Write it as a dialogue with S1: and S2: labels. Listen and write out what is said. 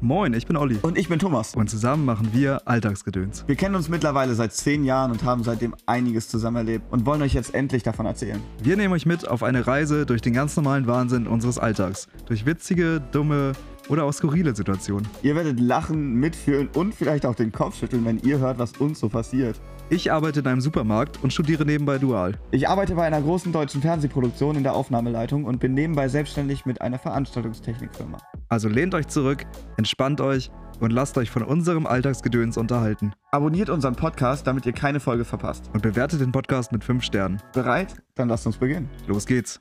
S1: Moin, ich bin Olli.
S2: Und ich bin Thomas.
S1: Und zusammen machen wir Alltagsgedöns.
S2: Wir kennen uns mittlerweile seit zehn Jahren und haben seitdem einiges zusammen erlebt und wollen euch jetzt endlich davon erzählen.
S1: Wir nehmen euch mit auf eine Reise durch den ganz normalen Wahnsinn unseres Alltags. Durch witzige, dumme oder auch skurrile Situationen.
S2: Ihr werdet lachen, mitfühlen und vielleicht auch den Kopf schütteln, wenn ihr hört, was uns so passiert.
S1: Ich arbeite in einem Supermarkt und studiere nebenbei dual.
S2: Ich arbeite bei einer großen deutschen Fernsehproduktion in der Aufnahmeleitung und bin nebenbei selbstständig mit einer Veranstaltungstechnikfirma.
S1: Also lehnt euch zurück, entspannt euch und lasst euch von unserem Alltagsgedöns unterhalten.
S2: Abonniert unseren Podcast, damit ihr keine Folge verpasst.
S1: Und bewertet den Podcast mit 5 Sternen.
S2: Bereit? Dann lasst uns beginnen.
S1: Los geht's.